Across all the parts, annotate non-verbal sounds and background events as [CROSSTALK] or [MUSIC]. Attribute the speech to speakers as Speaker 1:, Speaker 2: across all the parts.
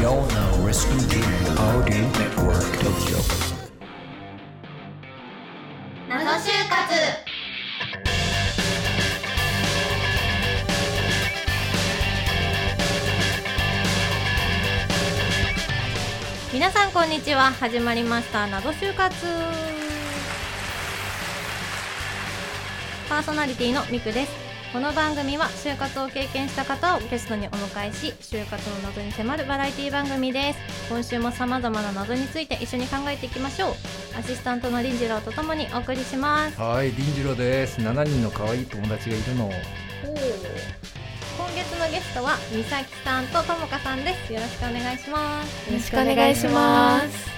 Speaker 1: You're now listening to Audio Network Tokyo.
Speaker 2: 謎就活皆さんこんにちは始まりました謎就活パーソナリティのみくですこの番組は就活を経験した方をゲストにお迎えし就活の謎に迫るバラエティ番組です今週も様々な謎について一緒に考えていきましょうアシスタントの林次郎とともにお送りします
Speaker 3: はい、林次郎です。7人の可愛い友達がいるの。
Speaker 2: 今月のゲストはみさきさんとともかさんですよろしくお願いします
Speaker 4: よろしくお願いします。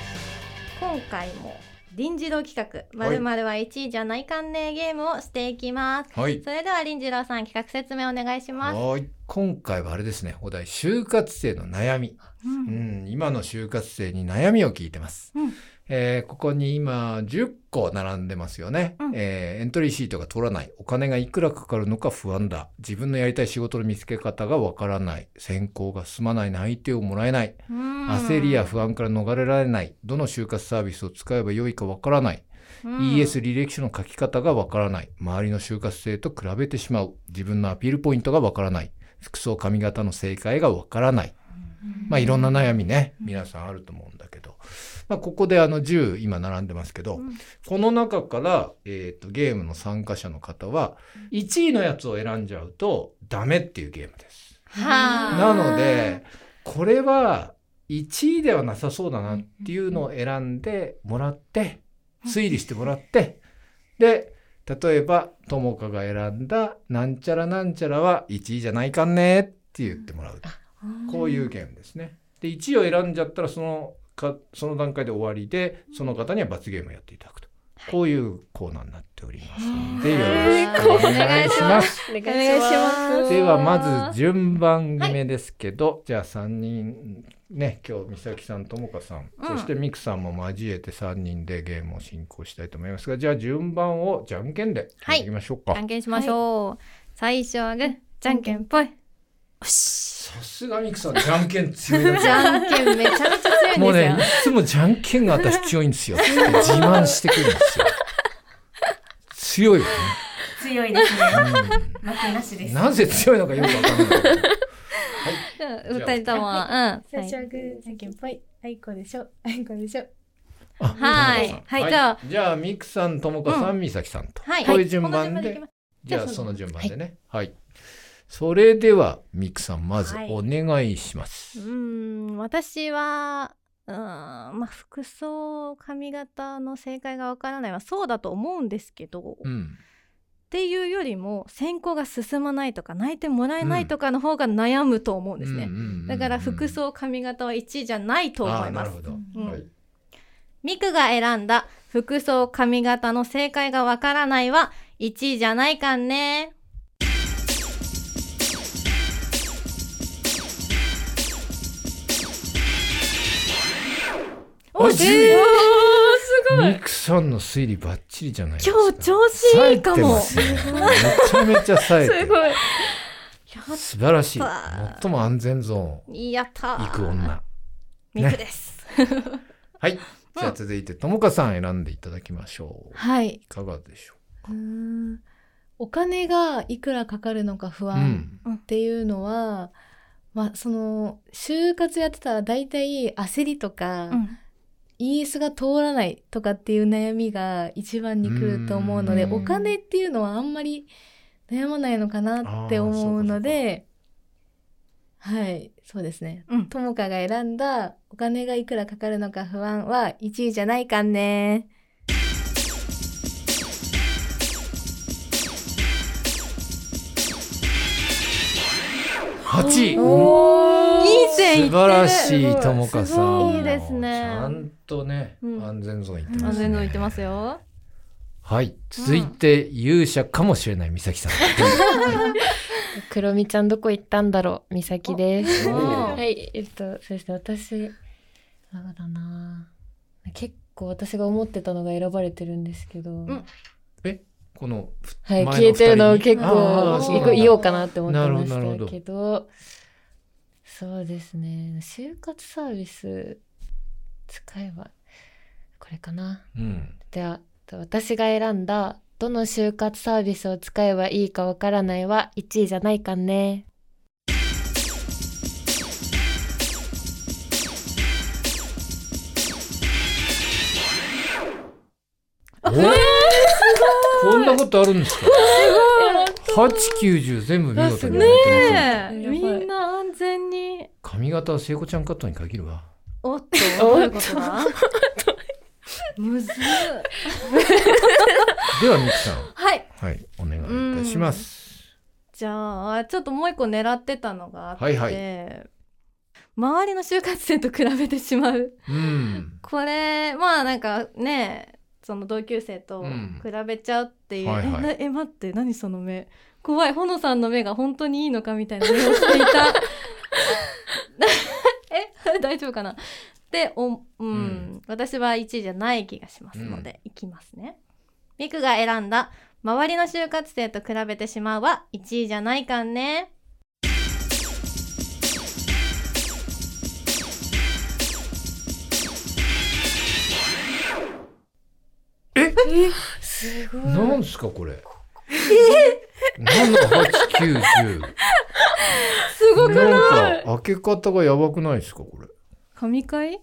Speaker 2: 今回も臨時郎企画まるまるは1位じゃないかんねゲームをしていきます
Speaker 3: はい。
Speaker 2: それでは臨時郎さん企画説明お願いします、
Speaker 3: はい。今回はあれですね、お題、就活生の悩み。
Speaker 2: う
Speaker 3: うんん、今の就活生に悩みを聞いてます。
Speaker 2: うん
Speaker 3: えーここに今、10個並んでますよね、
Speaker 2: うん
Speaker 3: えーエントリーシートが取らない。お金がいくらかかるのか不安だ。自分のやりたい仕事の見つけ方がわからない。選考が進まない。内定をもらえない。
Speaker 2: うん
Speaker 3: 焦りや不安から逃れられない。どの就活サービスを使えばよいかわからない。ES 履歴書の書き方がわからない。周りの就活生と比べてしまう。自分のアピールポイントがわからない。服装、髪型の正解がわからない。まあ、いろんな悩みね、皆さんあると思うんだけど。まあ、ここであの10今並んでますけど、
Speaker 2: うん
Speaker 3: この中から、えっ、と、ゲームの参加者の方は、1位のやつを選んじゃうとダメっていうゲームです。
Speaker 2: は
Speaker 3: なので、これは1位ではなさそうだなっていうのを選んでもらって、推理してもらって、で、例えば、ともかが選んだ、なんちゃらなんちゃらは1位じゃないかんねって言ってもらう。こういうゲームですね。で、1位を選んじゃったら、そのか、その段階で終わりで、その方には罰ゲームをやっていただくと。こういうコーナーになっておりますので、よろしくお願いします。
Speaker 4: お願いし
Speaker 2: す
Speaker 3: ではまず順番決めですけど、じゃあ3人ね今日美咲さんともかさん、
Speaker 2: うん
Speaker 3: そしてミクさんも交えて3人でゲームを進行したいと思いますがじゃあ順番をじゃんけんで
Speaker 2: はい
Speaker 3: いきましょうか、
Speaker 2: じゃんけんしましょう、最初はグーじゃんけんぽい
Speaker 3: さすがミクさんじゃんけん強いな
Speaker 2: じゃんけんめちゃめちゃ強いんですよ
Speaker 3: もうねいつもじゃんけんが私強いんですよって自慢してくるんですよ強いよね
Speaker 4: 強いですね。
Speaker 3: う
Speaker 4: 負けなしで
Speaker 3: ん。なぜ強いのかよくわかんないけ
Speaker 2: [LAUGHS]
Speaker 3: ど
Speaker 2: うん二人とも、うん、は
Speaker 4: 最
Speaker 2: い
Speaker 4: 初はグー、じゃんけんぽい。あいこでしょ。あいこでしょ。
Speaker 3: あ
Speaker 2: はい
Speaker 3: ともかさん
Speaker 2: はいじゃあ
Speaker 3: じゃあミクさんともかさん、美咲さんと
Speaker 2: はい
Speaker 3: こういう順番
Speaker 2: この順番で
Speaker 3: で
Speaker 2: いきま
Speaker 3: じゃあその順番でね。はい。それでは、ミクさん、まず
Speaker 4: はい
Speaker 3: お願いします。
Speaker 2: うーん私はうーんまあ服装髪型の正解がわからないはそうだと思うんですけど、
Speaker 3: う
Speaker 2: っ
Speaker 3: ん。
Speaker 2: ていうよりも選考が進まないとか泣いてもらえないとかの方が悩むと思うんですね、
Speaker 3: うんうんうんうん
Speaker 2: だから服装髪型は1位じゃないと思
Speaker 3: ああ
Speaker 2: い
Speaker 3: な
Speaker 2: ま
Speaker 3: る
Speaker 2: す
Speaker 3: ほど。
Speaker 2: うん
Speaker 3: はい
Speaker 2: ミクが選んだ服装髪型の正解がわからないは1位じゃないかんね
Speaker 3: あ
Speaker 2: お
Speaker 3: 十
Speaker 2: 十
Speaker 3: 位
Speaker 2: 位
Speaker 3: ミクさんの推理ばっちりじゃないですか。
Speaker 2: 今日調子いいかも
Speaker 3: 冴えてますねめちゃめちゃ冴えてる。
Speaker 4: い。
Speaker 3: 素晴らしい
Speaker 2: やった。
Speaker 3: 最も安全ゾ
Speaker 2: やった
Speaker 3: ーン
Speaker 2: ー
Speaker 3: 行く女。
Speaker 2: ミクです、
Speaker 3: はい。じゃあ続いて、ともかさん選んでいただきましょう。
Speaker 4: はい。
Speaker 3: いかがでしょ
Speaker 4: うーんお金がいくらかかるのか不
Speaker 3: うか。う
Speaker 4: 安
Speaker 3: ん。
Speaker 4: っていうのは、まあその就活やってたら大体焦りとか、
Speaker 2: うん
Speaker 4: ES が通らないとかっていう悩みが一番に来ると思うので
Speaker 3: うん
Speaker 4: お金っていうのはあんまり悩まないのかなって思うのではいそうですね
Speaker 2: うん
Speaker 4: ともかが選んだお金がいくらかかるのか不安は1位じゃないかんね
Speaker 3: 8位。
Speaker 2: おいい線
Speaker 3: 素
Speaker 2: いってる
Speaker 3: 晴らしいともかさん
Speaker 2: いいですね
Speaker 3: ちゃんとね、
Speaker 2: うん
Speaker 3: 安全ゾーン行ってま
Speaker 2: 安
Speaker 3: すね
Speaker 2: 全の言ってますよ
Speaker 3: はい続いて勇者かもしれない美咲さん、
Speaker 5: くろみちゃんどこ行ったんだろうみさきです。
Speaker 3: お
Speaker 5: は
Speaker 3: お
Speaker 5: い、えっと、そうですね、私、そうだな結構私が思ってたのが選ばれてるんですけど、
Speaker 2: ん
Speaker 3: [LAUGHS] この
Speaker 5: は
Speaker 3: 前
Speaker 5: い、
Speaker 3: の
Speaker 5: 消えてるの
Speaker 3: 二人に
Speaker 5: 結
Speaker 3: あ
Speaker 2: ー
Speaker 5: 構
Speaker 2: そうなんだ
Speaker 5: いこ言おうかなって思ってま
Speaker 3: なるほどなるほ
Speaker 5: したけど、そうですね就活サービス使えばこれかな
Speaker 3: うん
Speaker 5: では私が選んだどの就活サービスを使えばいいかわからないは1位じゃないかんね
Speaker 3: おこんなことあるんですか890全部見事にやってますよ
Speaker 6: ねえ
Speaker 5: やばい
Speaker 6: みんな安全に
Speaker 3: 髪型は聖子ちゃんカットに限るわ
Speaker 6: おっとどういうことだむずっ
Speaker 3: ではミクさん
Speaker 6: はい
Speaker 3: はいお願いいたします
Speaker 6: じゃあちょっともう一個狙ってたのがあって、
Speaker 3: はいは
Speaker 6: 周りの就活生と比べてしまう
Speaker 3: うん
Speaker 6: これまあなんかねその同級生と
Speaker 3: うん
Speaker 6: 比べちゃうっていう、
Speaker 3: はいはい
Speaker 6: [LAUGHS] えなえ待って何その目怖いほのさんの目が本当にいいのかみたいな目をしていた [LAUGHS] え大丈夫かなでお、うん
Speaker 3: うん
Speaker 6: 私は1位じゃない気がしますので、いきますねミクが選んだ周りの就活生と比べてしまうは1位じゃないかんね
Speaker 5: すごい
Speaker 3: なんすかこれ7890
Speaker 6: すごくない
Speaker 3: なんか開け方がやばくないですかこれ
Speaker 6: 神回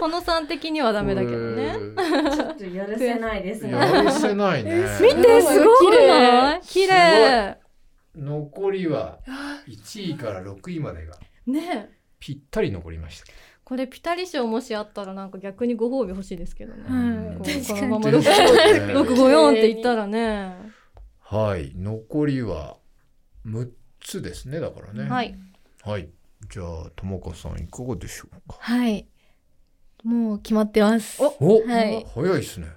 Speaker 6: ほのさん的にはダメだけどね
Speaker 4: ちょっとやるせないです
Speaker 3: これ
Speaker 4: ね。
Speaker 3: やるせないね
Speaker 6: 見てすご
Speaker 2: 綺
Speaker 6: くな
Speaker 2: 麗
Speaker 6: い綺麗
Speaker 3: 残りは1位から6位までが
Speaker 6: ねえ
Speaker 3: ぴったり残りました
Speaker 6: これピタリ賞もしあったらなんか逆にご褒美欲しいですけどね、
Speaker 3: うん
Speaker 6: こ
Speaker 2: 確
Speaker 6: う
Speaker 2: か
Speaker 6: こ
Speaker 2: に
Speaker 6: のまま654って言ったらね
Speaker 3: はい残りは6つですねだからね
Speaker 6: はい
Speaker 3: はいじゃあともかさんいかがでしょうか
Speaker 2: はい。もう決まってます。
Speaker 3: お、
Speaker 2: はい
Speaker 3: 早いですね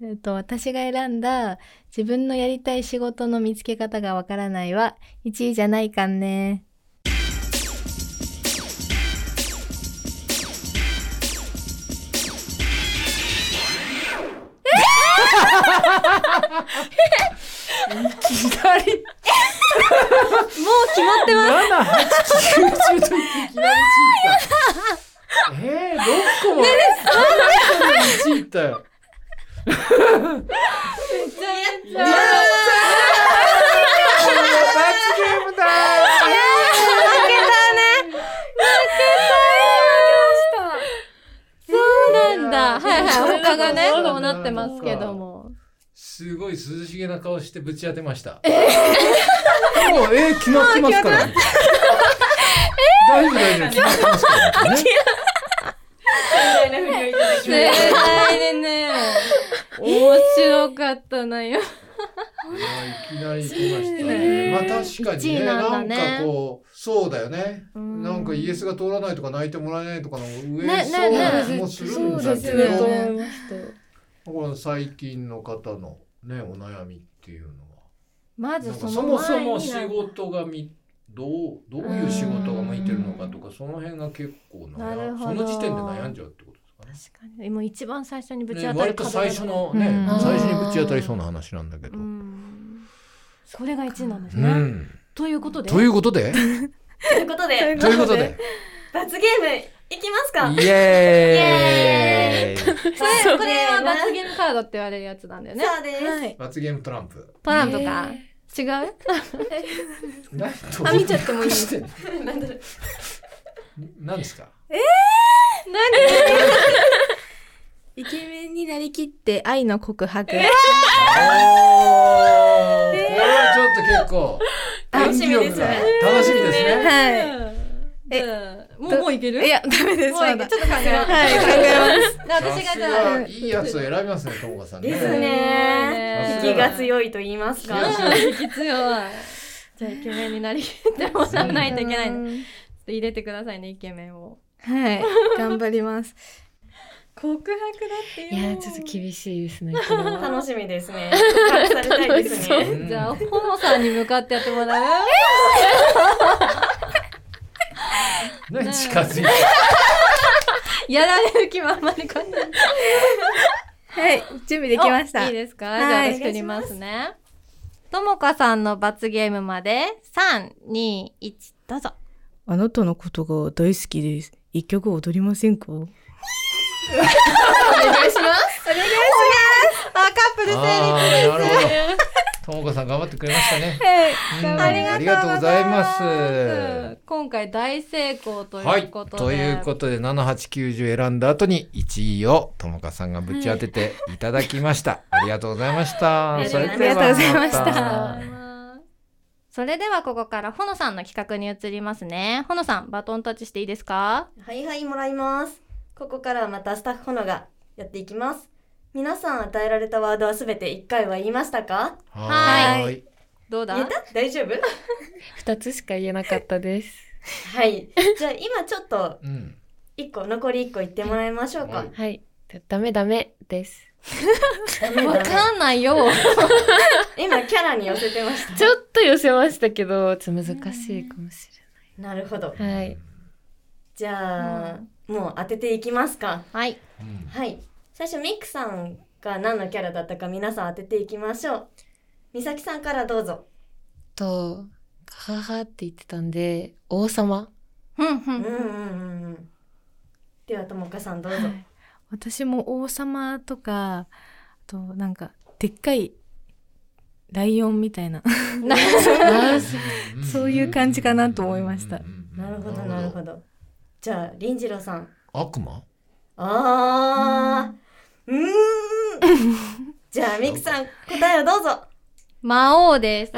Speaker 2: えっと、私が選んだ自分のやりたい仕事の見つけ方がわからないは1位じゃないかんね。
Speaker 6: もう決まってます
Speaker 3: 7890といきなり1位いったえー、6個も7個も1位いったよ
Speaker 6: じゃ
Speaker 3: こ
Speaker 6: あ
Speaker 3: れは罰ゲームだ
Speaker 6: そうなんだはいはい他がね
Speaker 3: そうなんだ
Speaker 6: こうなってますけども
Speaker 3: すごい涼しげな顔してぶち当てました。えー、もう、えー、決まってますから、ね。大丈夫、大丈夫、決まってますから、ね。
Speaker 4: 盛大な振りをいただきま
Speaker 6: 正
Speaker 4: し
Speaker 6: 解でね面白かったなよ
Speaker 3: いやいきなり来ましたね。
Speaker 6: ね
Speaker 3: まあ、確かに
Speaker 6: 一
Speaker 3: ね
Speaker 6: 位
Speaker 3: な
Speaker 6: なんんだね
Speaker 3: かこう、そうだよね。
Speaker 6: うん
Speaker 3: なんかイエスが通らないとか、泣いてもらえないとかの上、
Speaker 6: ね
Speaker 3: そうな
Speaker 6: ね
Speaker 3: 気
Speaker 6: ね
Speaker 3: もするんだけ
Speaker 5: そ
Speaker 3: ど、
Speaker 5: うですね
Speaker 2: と思
Speaker 5: と思
Speaker 2: い
Speaker 5: い
Speaker 2: ま
Speaker 3: この最近の方のね、お悩みっていうのは。
Speaker 6: ま
Speaker 3: な
Speaker 6: ず
Speaker 3: んか
Speaker 6: そ
Speaker 3: そ
Speaker 6: の
Speaker 3: もそ
Speaker 6: 前に
Speaker 3: も仕事がみどうどういう仕事が向いてるのかとかその辺が結構
Speaker 6: なる
Speaker 3: 悩ん
Speaker 6: ほ
Speaker 3: そ
Speaker 6: ど
Speaker 3: の時点で悩んじゃうってことです
Speaker 6: 確かにもう一番最初にぶ
Speaker 3: か
Speaker 6: ち
Speaker 3: ね。
Speaker 6: 当
Speaker 3: ね
Speaker 6: たる
Speaker 3: 割と
Speaker 6: 壁だ
Speaker 3: 最初のね、
Speaker 5: うん
Speaker 3: 最初にぶち当たりそうな話なんだけど。
Speaker 6: う
Speaker 3: うん
Speaker 6: んこれが1位なんですね、
Speaker 3: ん。
Speaker 6: ということで
Speaker 3: ということで
Speaker 4: た。ということで、
Speaker 3: ということで
Speaker 4: [LAUGHS] 罰ゲームいきますか。
Speaker 3: イエーイ
Speaker 4: そ
Speaker 6: これこれは罰ゲームカードって言われるやつなんだよね
Speaker 4: そうです。
Speaker 2: はい。
Speaker 3: 罰ゲームトランプ。
Speaker 6: パランとか、違う
Speaker 3: あ見ちゃってもいい。
Speaker 4: なんだろう
Speaker 3: 何ですか。
Speaker 2: イケメンになりきって愛の告白。
Speaker 3: おーこれはちょっと結構
Speaker 4: 楽しみです
Speaker 3: 演技力が
Speaker 4: ね
Speaker 3: 楽しみですね。
Speaker 2: は
Speaker 6: えもうもういける
Speaker 2: い。いや、ダメです。
Speaker 6: もうい
Speaker 2: まだ
Speaker 6: けるちょっと考えよう
Speaker 2: はい、考えます。
Speaker 6: で私がじゃあ
Speaker 3: さすがいいやつを選びますね、ともかさんね。
Speaker 4: ですね
Speaker 3: さ。すが
Speaker 4: 引きが強いと言いますか。
Speaker 6: 引き強いじゃあイケメンになりきってもらわないといけないのちょっと入れてくださいねイケメンを
Speaker 2: はい、頑張ります。
Speaker 6: 告白だって
Speaker 5: いやちょっと厳しいですねこれ
Speaker 4: [LAUGHS]
Speaker 5: は
Speaker 4: 楽しみですね。告白されたいですね。
Speaker 3: うん
Speaker 6: じゃあほのさんに向かってやってもらう
Speaker 3: 何近づいて
Speaker 6: やられる気はあんまりこない
Speaker 2: はい、準備できました。
Speaker 6: おいいですか、
Speaker 2: はい
Speaker 6: じゃあ私作りますね。ともかさんの罰ゲームまで、3、2、1、どうぞ。
Speaker 7: あなたのことが大好きです。一曲踊りませんか
Speaker 6: あ、カップル成立。
Speaker 3: あーなるほど。ともこさん頑張ってくれましたね。うんありがとうございます。。
Speaker 6: 今回大成功と
Speaker 3: はいいう
Speaker 6: ことで。
Speaker 3: ということで7890選んだ後に1位をともかさんがぶち当てていただきました、ありがとうございました
Speaker 4: あり
Speaker 3: そ
Speaker 4: がとう
Speaker 3: れ
Speaker 4: ございます
Speaker 3: では
Speaker 6: ありがとうございました
Speaker 3: た
Speaker 6: それではここからほのさんの企画に移りますね。ほのさん、バトンタッチしていいですか
Speaker 4: はいはいもらいますここからはまたスタッフほのがやっていきます皆さん与えられたワードはすべて一回は言いましたか
Speaker 3: はーい
Speaker 6: どうだ
Speaker 4: 言えた大丈夫
Speaker 5: 二つしか言えなかったです。
Speaker 4: はいじゃあ今ちょっと
Speaker 3: うん
Speaker 4: 一個残り一個言ってもらいましょうか
Speaker 3: はい
Speaker 5: はい。ダメダメです。
Speaker 4: ダメ
Speaker 6: わ
Speaker 4: だね
Speaker 6: かんないよ。
Speaker 4: 今キャラに寄せてました
Speaker 5: ちょっと寄せましたけど、ちょっと難しいかもし
Speaker 4: なるほど
Speaker 5: れない。はい。
Speaker 4: じゃあ、もう当てていきますか
Speaker 6: はい。
Speaker 3: うん
Speaker 4: はい最初ミックさんが何のキャラだったか皆さん当てていきましょう美咲さんからどうぞ
Speaker 5: と、カハハって言ってたんで、王様。
Speaker 6: ふんふ
Speaker 4: うん
Speaker 6: ん
Speaker 4: うんうんうんではともかさんどうぞ
Speaker 7: 私も王様とか、あとなんか、でっかいライオンみたいな。そういう感じかなと思いました
Speaker 3: うん
Speaker 4: なるほどなるほどじゃあ林次郎さん
Speaker 3: 悪魔
Speaker 4: あーうーんじゃあミックさん答えをどうぞ
Speaker 6: 魔王です。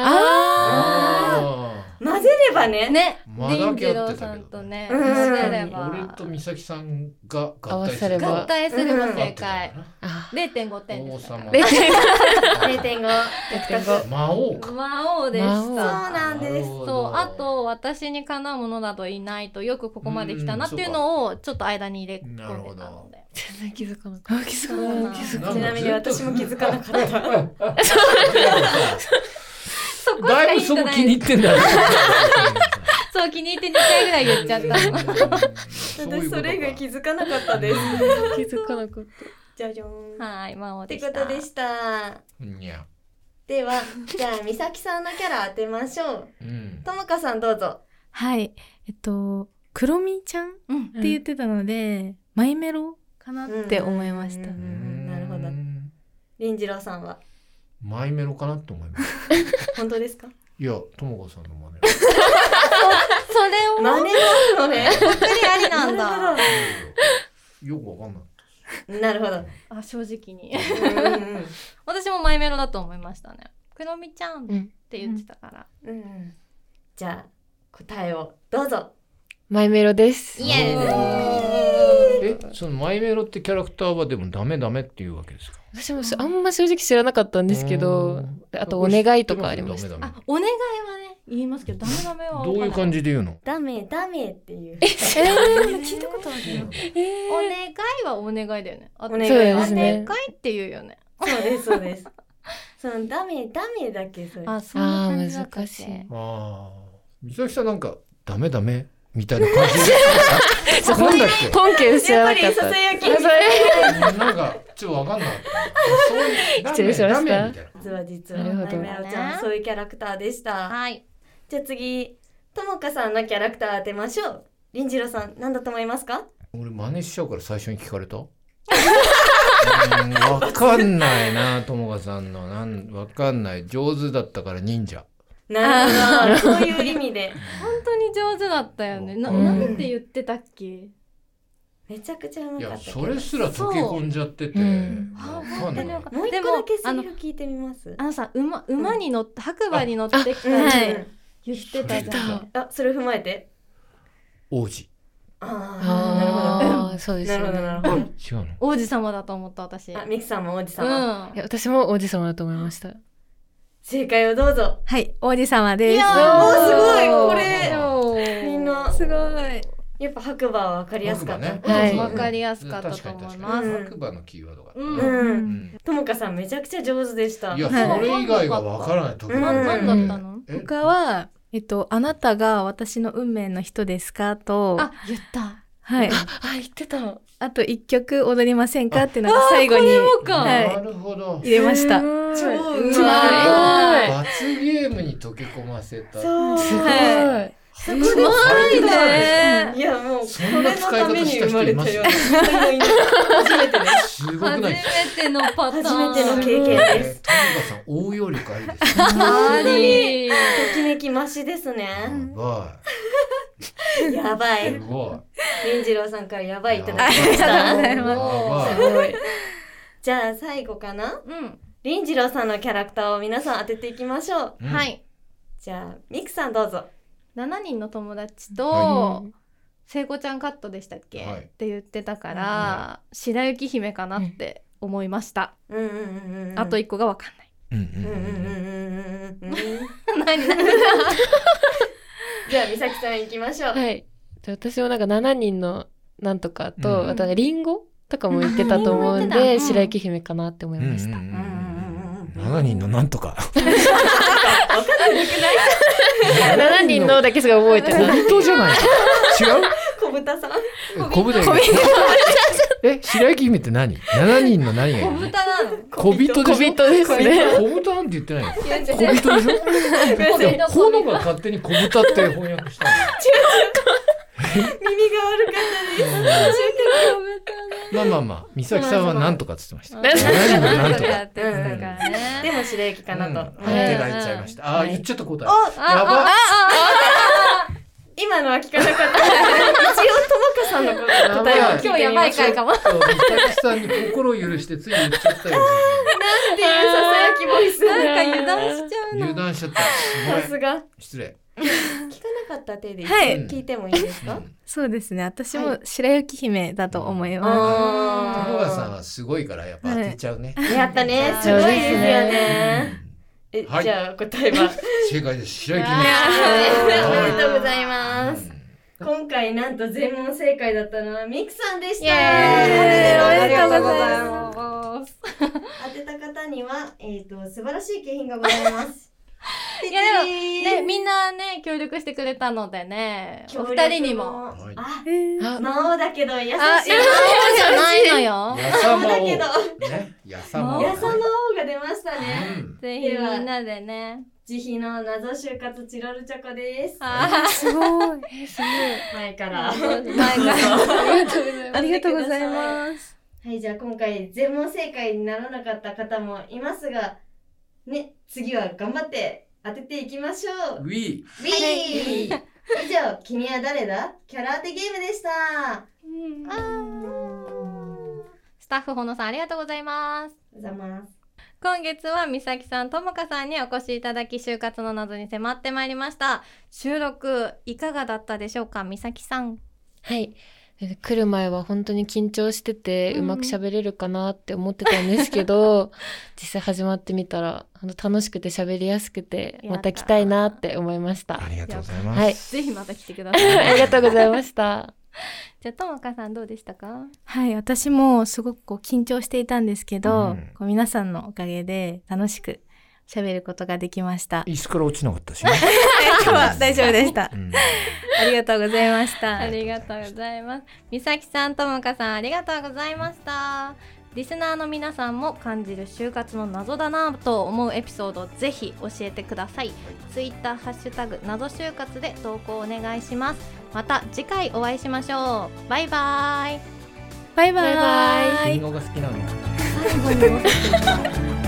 Speaker 3: あ
Speaker 4: 混ぜればね
Speaker 6: ね。
Speaker 3: まだ
Speaker 6: 林
Speaker 3: け合
Speaker 6: 次
Speaker 3: ってたけど
Speaker 6: 郎さんとね、
Speaker 4: うん
Speaker 6: 合れ
Speaker 3: あ俺
Speaker 6: ば。
Speaker 3: と美咲さんが
Speaker 5: 合
Speaker 3: 合
Speaker 5: わ
Speaker 3: 体
Speaker 5: されば
Speaker 6: 合体すれば正解。
Speaker 5: あ
Speaker 6: 0.5点
Speaker 3: 王
Speaker 6: ですから。
Speaker 3: 様
Speaker 4: 0.5獲得そう
Speaker 3: 魔王か
Speaker 6: 魔王でし
Speaker 5: 魔王
Speaker 6: た。
Speaker 4: なんです
Speaker 6: そうあと私にかなうものなどいないとよくここまで来たなっていうのをちょっと間に入れ込んでたので
Speaker 5: 全然気づかなかっ
Speaker 7: あ、気づかなかっ
Speaker 6: そ
Speaker 7: た。
Speaker 3: んか
Speaker 4: ちなみに私も気づかなかった
Speaker 6: そこしか
Speaker 3: [LAUGHS] だいぶ
Speaker 6: 言
Speaker 3: そ
Speaker 6: って
Speaker 3: こ
Speaker 6: な
Speaker 3: 気に入
Speaker 6: い
Speaker 3: ってんだよ。
Speaker 6: そう気に入って2回ぐらい言っちゃったの
Speaker 3: ういう
Speaker 4: 私
Speaker 3: ことか
Speaker 4: それ以外気づかなかったです
Speaker 5: た。気づかなかっ
Speaker 4: じゃじゃーんっ
Speaker 6: はい魔王
Speaker 4: て
Speaker 6: で
Speaker 4: こ
Speaker 6: した
Speaker 4: とでした
Speaker 3: うんいや
Speaker 4: ではじゃあ美咲さんのキャラ当てましょう
Speaker 3: うん
Speaker 4: ともかさんどうぞ
Speaker 7: はい。えっと、クロミちゃんって
Speaker 6: うん
Speaker 5: た。
Speaker 7: 言ってたので、マイメロかなって思いまし
Speaker 4: う
Speaker 7: た
Speaker 4: ん。なるほど林次郎さんは
Speaker 3: マイメロかなって思います。
Speaker 4: 本当ですか
Speaker 3: いや、ともこさんの真似。
Speaker 6: それを
Speaker 4: 真似なのね
Speaker 6: 本当にありなんだ
Speaker 3: よくわかんない。
Speaker 4: なるほど
Speaker 6: あ正直に
Speaker 4: うんうん
Speaker 6: 私もマイメロだと思いましたねくろみちゃんっ
Speaker 5: うん
Speaker 6: て言ってたから、
Speaker 4: うんうんじゃあ答えをどうぞ
Speaker 5: マイメロです。
Speaker 6: イエ
Speaker 3: え、そのマイメロってキャラクターはでもダメダメっていうわけですか。
Speaker 5: 私もそあんま正直知らなかったんですけ
Speaker 3: う
Speaker 5: ど
Speaker 3: ん、
Speaker 5: であとお願いとかありまし
Speaker 3: ダ
Speaker 5: た。
Speaker 3: メダ
Speaker 6: あお願いはね言いますけどダメダメは
Speaker 3: メどういう感
Speaker 6: じ
Speaker 3: じで言うの？
Speaker 4: ダメダメっていう
Speaker 6: 聞いたことあるよ
Speaker 5: え
Speaker 6: お願いはお願いだよねお
Speaker 4: お願い
Speaker 5: そう
Speaker 6: お
Speaker 5: です
Speaker 6: 願い
Speaker 5: ね
Speaker 6: っ。て言うよね
Speaker 4: そうですそうですそのダメダメだけそれ
Speaker 6: あ、そんな感じだったっ
Speaker 5: あー難しい
Speaker 3: ああ、美咲さんなんかダメダメみたいな感じで。なんだっけ？
Speaker 5: 本家知らなか
Speaker 4: や
Speaker 5: っ
Speaker 4: っぱ
Speaker 5: た
Speaker 4: りさ。さやき
Speaker 3: なんかちょっとわかんない。そういうダメ
Speaker 5: 失礼しました
Speaker 3: ダメみたいな。
Speaker 4: 実は実は
Speaker 5: なるほど
Speaker 4: マイメロちゃんはそういうキャラクターでした
Speaker 6: はい。
Speaker 4: じゃあ次ともかさんのキャラクター当てましょう林次郎さん何だと思いますか
Speaker 3: 俺真似しちゃうから最初に聞かれたうーんわかんないなともかさんのなんわかんない上手だったから忍者
Speaker 4: なるほどそういう意味で
Speaker 6: 本当に上手だったよね。な、
Speaker 3: うん
Speaker 6: なんて言ってたっけ
Speaker 4: めちゃくちゃうま
Speaker 3: い
Speaker 4: か
Speaker 3: や
Speaker 4: ったけ
Speaker 3: そ
Speaker 4: ど
Speaker 3: れすら溶け込んじゃってて
Speaker 5: そうう
Speaker 6: あ
Speaker 3: わか
Speaker 6: 本
Speaker 3: ん
Speaker 6: 当
Speaker 3: ない
Speaker 6: によかった。
Speaker 4: もう一
Speaker 6: で
Speaker 4: 個だけ
Speaker 6: あ
Speaker 4: セ
Speaker 6: の
Speaker 4: リ、フ聞いてみます
Speaker 6: あのさ、馬、馬に乗って、白馬に乗ってきた
Speaker 4: うん
Speaker 6: って
Speaker 4: うん
Speaker 6: 言ってたじゃん。
Speaker 4: あそれを踏まえて
Speaker 3: 王子
Speaker 4: ああなるほど
Speaker 5: ああ、そうです
Speaker 4: なる
Speaker 5: よ
Speaker 4: ほどなる
Speaker 5: ね。
Speaker 4: ほ
Speaker 3: 違うの
Speaker 6: 王子様だと思った私。う
Speaker 4: どあ
Speaker 6: ん。
Speaker 4: ミキさんも王子様、
Speaker 5: いや私も王子様だと思いました。
Speaker 4: 正解をどうぞ
Speaker 7: はい、王子様で
Speaker 4: お
Speaker 7: す。
Speaker 4: ーす
Speaker 6: ごいこれ
Speaker 4: みんな
Speaker 7: すごい。
Speaker 4: やっぱ白馬は分かりやすかった、
Speaker 3: 白馬
Speaker 5: ねはい
Speaker 3: うん
Speaker 6: わかりやすかったと思い
Speaker 3: 確かに確か
Speaker 6: ます
Speaker 3: に
Speaker 4: うん
Speaker 3: 白馬のキーワードが
Speaker 6: うん
Speaker 3: う
Speaker 4: うん
Speaker 3: ん
Speaker 4: ともかさんめちゃくちゃ上手でした
Speaker 3: いやそ
Speaker 7: はい
Speaker 3: れ以外はわからない溶け
Speaker 6: な、
Speaker 3: 込ん
Speaker 6: な
Speaker 3: で
Speaker 6: ん
Speaker 3: る
Speaker 6: だったの
Speaker 3: え
Speaker 7: 他は、えっと、あなたが私の運命の人ですかと、
Speaker 6: あ、言った。
Speaker 7: はい。
Speaker 5: あ言ってた
Speaker 7: あと一曲踊りませんかってなんか最後に、
Speaker 3: な
Speaker 7: は
Speaker 3: るほど
Speaker 7: い、入れました。
Speaker 4: 超う
Speaker 5: う
Speaker 4: ま
Speaker 5: ま
Speaker 4: い。
Speaker 3: 罰ゲームに溶け込ませた
Speaker 4: そう。
Speaker 5: すごい、
Speaker 7: は
Speaker 4: すごい
Speaker 3: 最高じゃないですか
Speaker 4: いやもうこ
Speaker 3: そんな
Speaker 4: れの
Speaker 3: 使い
Speaker 4: た
Speaker 3: 方
Speaker 4: めに
Speaker 3: した
Speaker 4: 生ま
Speaker 3: 人い
Speaker 4: れ
Speaker 3: ま
Speaker 4: た
Speaker 3: す
Speaker 4: よ。人もいない初めてね。
Speaker 3: すごく
Speaker 6: 初
Speaker 3: ない
Speaker 6: め
Speaker 3: ですか
Speaker 6: てのパターン。
Speaker 4: 初めての経験で
Speaker 3: [LAUGHS]
Speaker 4: す。
Speaker 3: す。トミカさん応用力ありですね。
Speaker 6: あり。
Speaker 4: ときめきマシですね。
Speaker 3: やば
Speaker 4: やば
Speaker 3: い。す
Speaker 4: い。
Speaker 3: ごい。
Speaker 4: 林次郎さんからやばいいただきま
Speaker 3: あ
Speaker 4: し
Speaker 7: ありがとうご
Speaker 4: た。
Speaker 7: ざいます
Speaker 3: やばい。
Speaker 7: い。
Speaker 4: じゃあ最後かな。
Speaker 6: うん。
Speaker 4: 林次郎さんのキャラクターを皆さん当てていきましょう。
Speaker 3: うん
Speaker 6: はい。
Speaker 4: じゃあミクさんどうぞ。
Speaker 6: 7人の友達
Speaker 3: は
Speaker 6: と、聖子ちゃんカットでしたっけ、
Speaker 3: はい
Speaker 6: って言ってたから、白雪姫かなって思いました。
Speaker 4: うんうんうんうん。
Speaker 6: あと1個がわかんない。
Speaker 3: うんう
Speaker 4: うんうんうんう
Speaker 3: ん
Speaker 4: んうんうん。
Speaker 6: [LAUGHS] 何何
Speaker 4: じゃあ美咲さん行きま
Speaker 7: [LAUGHS]
Speaker 4: しょう。
Speaker 5: はい。で私もなんか7人のなんとかと、
Speaker 3: うん
Speaker 5: あとなんかリンゴとかも言ってたと思うん
Speaker 6: うんあリンゴ言っ
Speaker 5: で、
Speaker 6: てた
Speaker 5: 白雪姫かなって思い
Speaker 3: うんうん
Speaker 5: ました。
Speaker 3: うん七人のなんとか。
Speaker 5: 7人のだけしか覚えて
Speaker 3: 小
Speaker 5: ない。
Speaker 3: 人じゃない。
Speaker 4: 小豚さん。
Speaker 3: 違う？小豚。え、白雪姫って何？七人の何がい
Speaker 6: 小
Speaker 3: るの？
Speaker 6: 豚なの
Speaker 3: 小人で
Speaker 5: [LAUGHS] 小
Speaker 3: しょ？
Speaker 5: 人ですね。
Speaker 3: 小豚なんて言ってないの？
Speaker 4: 違う違う
Speaker 3: 小人でしょ？
Speaker 4: ごめんなさい
Speaker 3: いやほのが勝手に小豚って翻訳した
Speaker 4: 耳が悪かったです。
Speaker 3: の。まあまあまあ、美咲さんはなんとかって言ってました。
Speaker 5: なんとか
Speaker 3: 何がなん
Speaker 6: 何
Speaker 3: と
Speaker 6: とかや
Speaker 3: か。
Speaker 6: ってたからね。
Speaker 4: でも白雪かなと。
Speaker 3: うん
Speaker 4: うん
Speaker 3: 当てられちゃいました。ああ、言っちゃった答え。やばい
Speaker 6: あ
Speaker 4: 今のは聞かなかった。一応ともかさんの答えを聞いてみましょう
Speaker 6: 今日やばい回かも。
Speaker 3: そう美咲さんに心を許してつい言っちゃったよ。
Speaker 4: [LAUGHS] っていうささやきボイス。
Speaker 6: あなんか油断しちゃう
Speaker 3: 油断しちゃった。
Speaker 4: さ
Speaker 3: す
Speaker 4: す
Speaker 3: ごい。
Speaker 4: が。
Speaker 3: 失礼。
Speaker 4: 聞かなかった手で
Speaker 7: はい
Speaker 4: 聞いてもいいです
Speaker 3: [LAUGHS] う
Speaker 4: か。
Speaker 3: ん
Speaker 7: [LAUGHS] そうですね。私も白雪姫だと思いま
Speaker 4: あ
Speaker 3: 友賀さんはすごいからやっぱ当てちゃうね。
Speaker 4: やったね。す
Speaker 5: そ
Speaker 4: ご
Speaker 5: う
Speaker 4: い
Speaker 5: で
Speaker 4: ですよ
Speaker 5: すね
Speaker 4: ね。
Speaker 3: う
Speaker 4: え、
Speaker 3: はい
Speaker 4: じゃあ答 [LAUGHS] えは。
Speaker 3: ん正解です。白雪
Speaker 4: おめでとうござい
Speaker 3: 姫
Speaker 4: ま
Speaker 3: う
Speaker 4: す。
Speaker 3: ん。
Speaker 4: 今回なんと全問正解だったのはミクさんでした。
Speaker 6: おめでとうござい
Speaker 4: す。
Speaker 6: ます。
Speaker 4: 当てた方にはえっと素晴らしい景品がござ [LAUGHS] います。
Speaker 6: いやでもね、
Speaker 4: ね
Speaker 6: みんなね、協力してくれたのでね、お
Speaker 4: 協
Speaker 6: 二
Speaker 4: 力
Speaker 6: 人にも。
Speaker 3: はい
Speaker 4: あ、
Speaker 7: す。えー
Speaker 5: あ
Speaker 4: 魔王だけど優しい。
Speaker 6: あ、いや、そうじゃないのよ。
Speaker 3: やさま
Speaker 4: だ
Speaker 3: を
Speaker 4: けど。
Speaker 3: ね。やさまを。
Speaker 4: やさま王が出ましたね。
Speaker 3: うん
Speaker 6: ぜひみんなでね。
Speaker 4: 慈悲の謎就活チロルチョコです。
Speaker 6: あ
Speaker 7: すご
Speaker 5: [LAUGHS]
Speaker 7: い。
Speaker 4: 前から。
Speaker 6: ー、前
Speaker 4: [LAUGHS]
Speaker 6: から。
Speaker 7: [LAUGHS] ありがとうございます。
Speaker 4: はい、じゃあ今回全問正解にならなかった方もいますが、ね、次は頑張って当てていきましょう。
Speaker 3: ウィー。
Speaker 4: ウィー以上、君は誰だキャラ当てゲームでした。
Speaker 6: スタッフほのさんありがとうございます。
Speaker 4: おはようございます。
Speaker 6: 今月は美咲さんともかさんにお越しいただき就活の謎に迫ってまいりました収録いかがだったでしょうか美咲さん
Speaker 5: はい。で来る前は本当に緊張してて、
Speaker 6: うん
Speaker 5: うまく喋れるかなって思ってたんですけど、実際始まってみたら、あの楽しくて喋りやすくて、
Speaker 6: やった
Speaker 5: また来たいなって思いました
Speaker 3: あ。りがとうございます。
Speaker 5: はい。
Speaker 6: [LAUGHS] ぜひまた来てください
Speaker 5: ありがとうございました。
Speaker 6: [LAUGHS] じゃあともかさんどうでしたか
Speaker 7: はい、私もすごくこう緊張していたんですけ
Speaker 3: う
Speaker 7: ど、
Speaker 3: ん
Speaker 7: こう皆さんのおかげで楽しく喋ることができました。
Speaker 3: 椅子から落ちなかったし。
Speaker 6: [LAUGHS]
Speaker 7: 今日は大丈夫でした
Speaker 3: う。ん
Speaker 7: ありがとうございました。
Speaker 6: ありがとうございます美咲さんともかさんありがとうございましたリスナーの皆さんも感じる就活の謎だなぁと思うエピソードをぜひ教えてくださいツイッターハッシュタグ謎就活で投稿お願いしますまた次回お会いしましょうバイバイ
Speaker 7: バイバイ。
Speaker 3: リンゴが好きなの。
Speaker 6: 最後に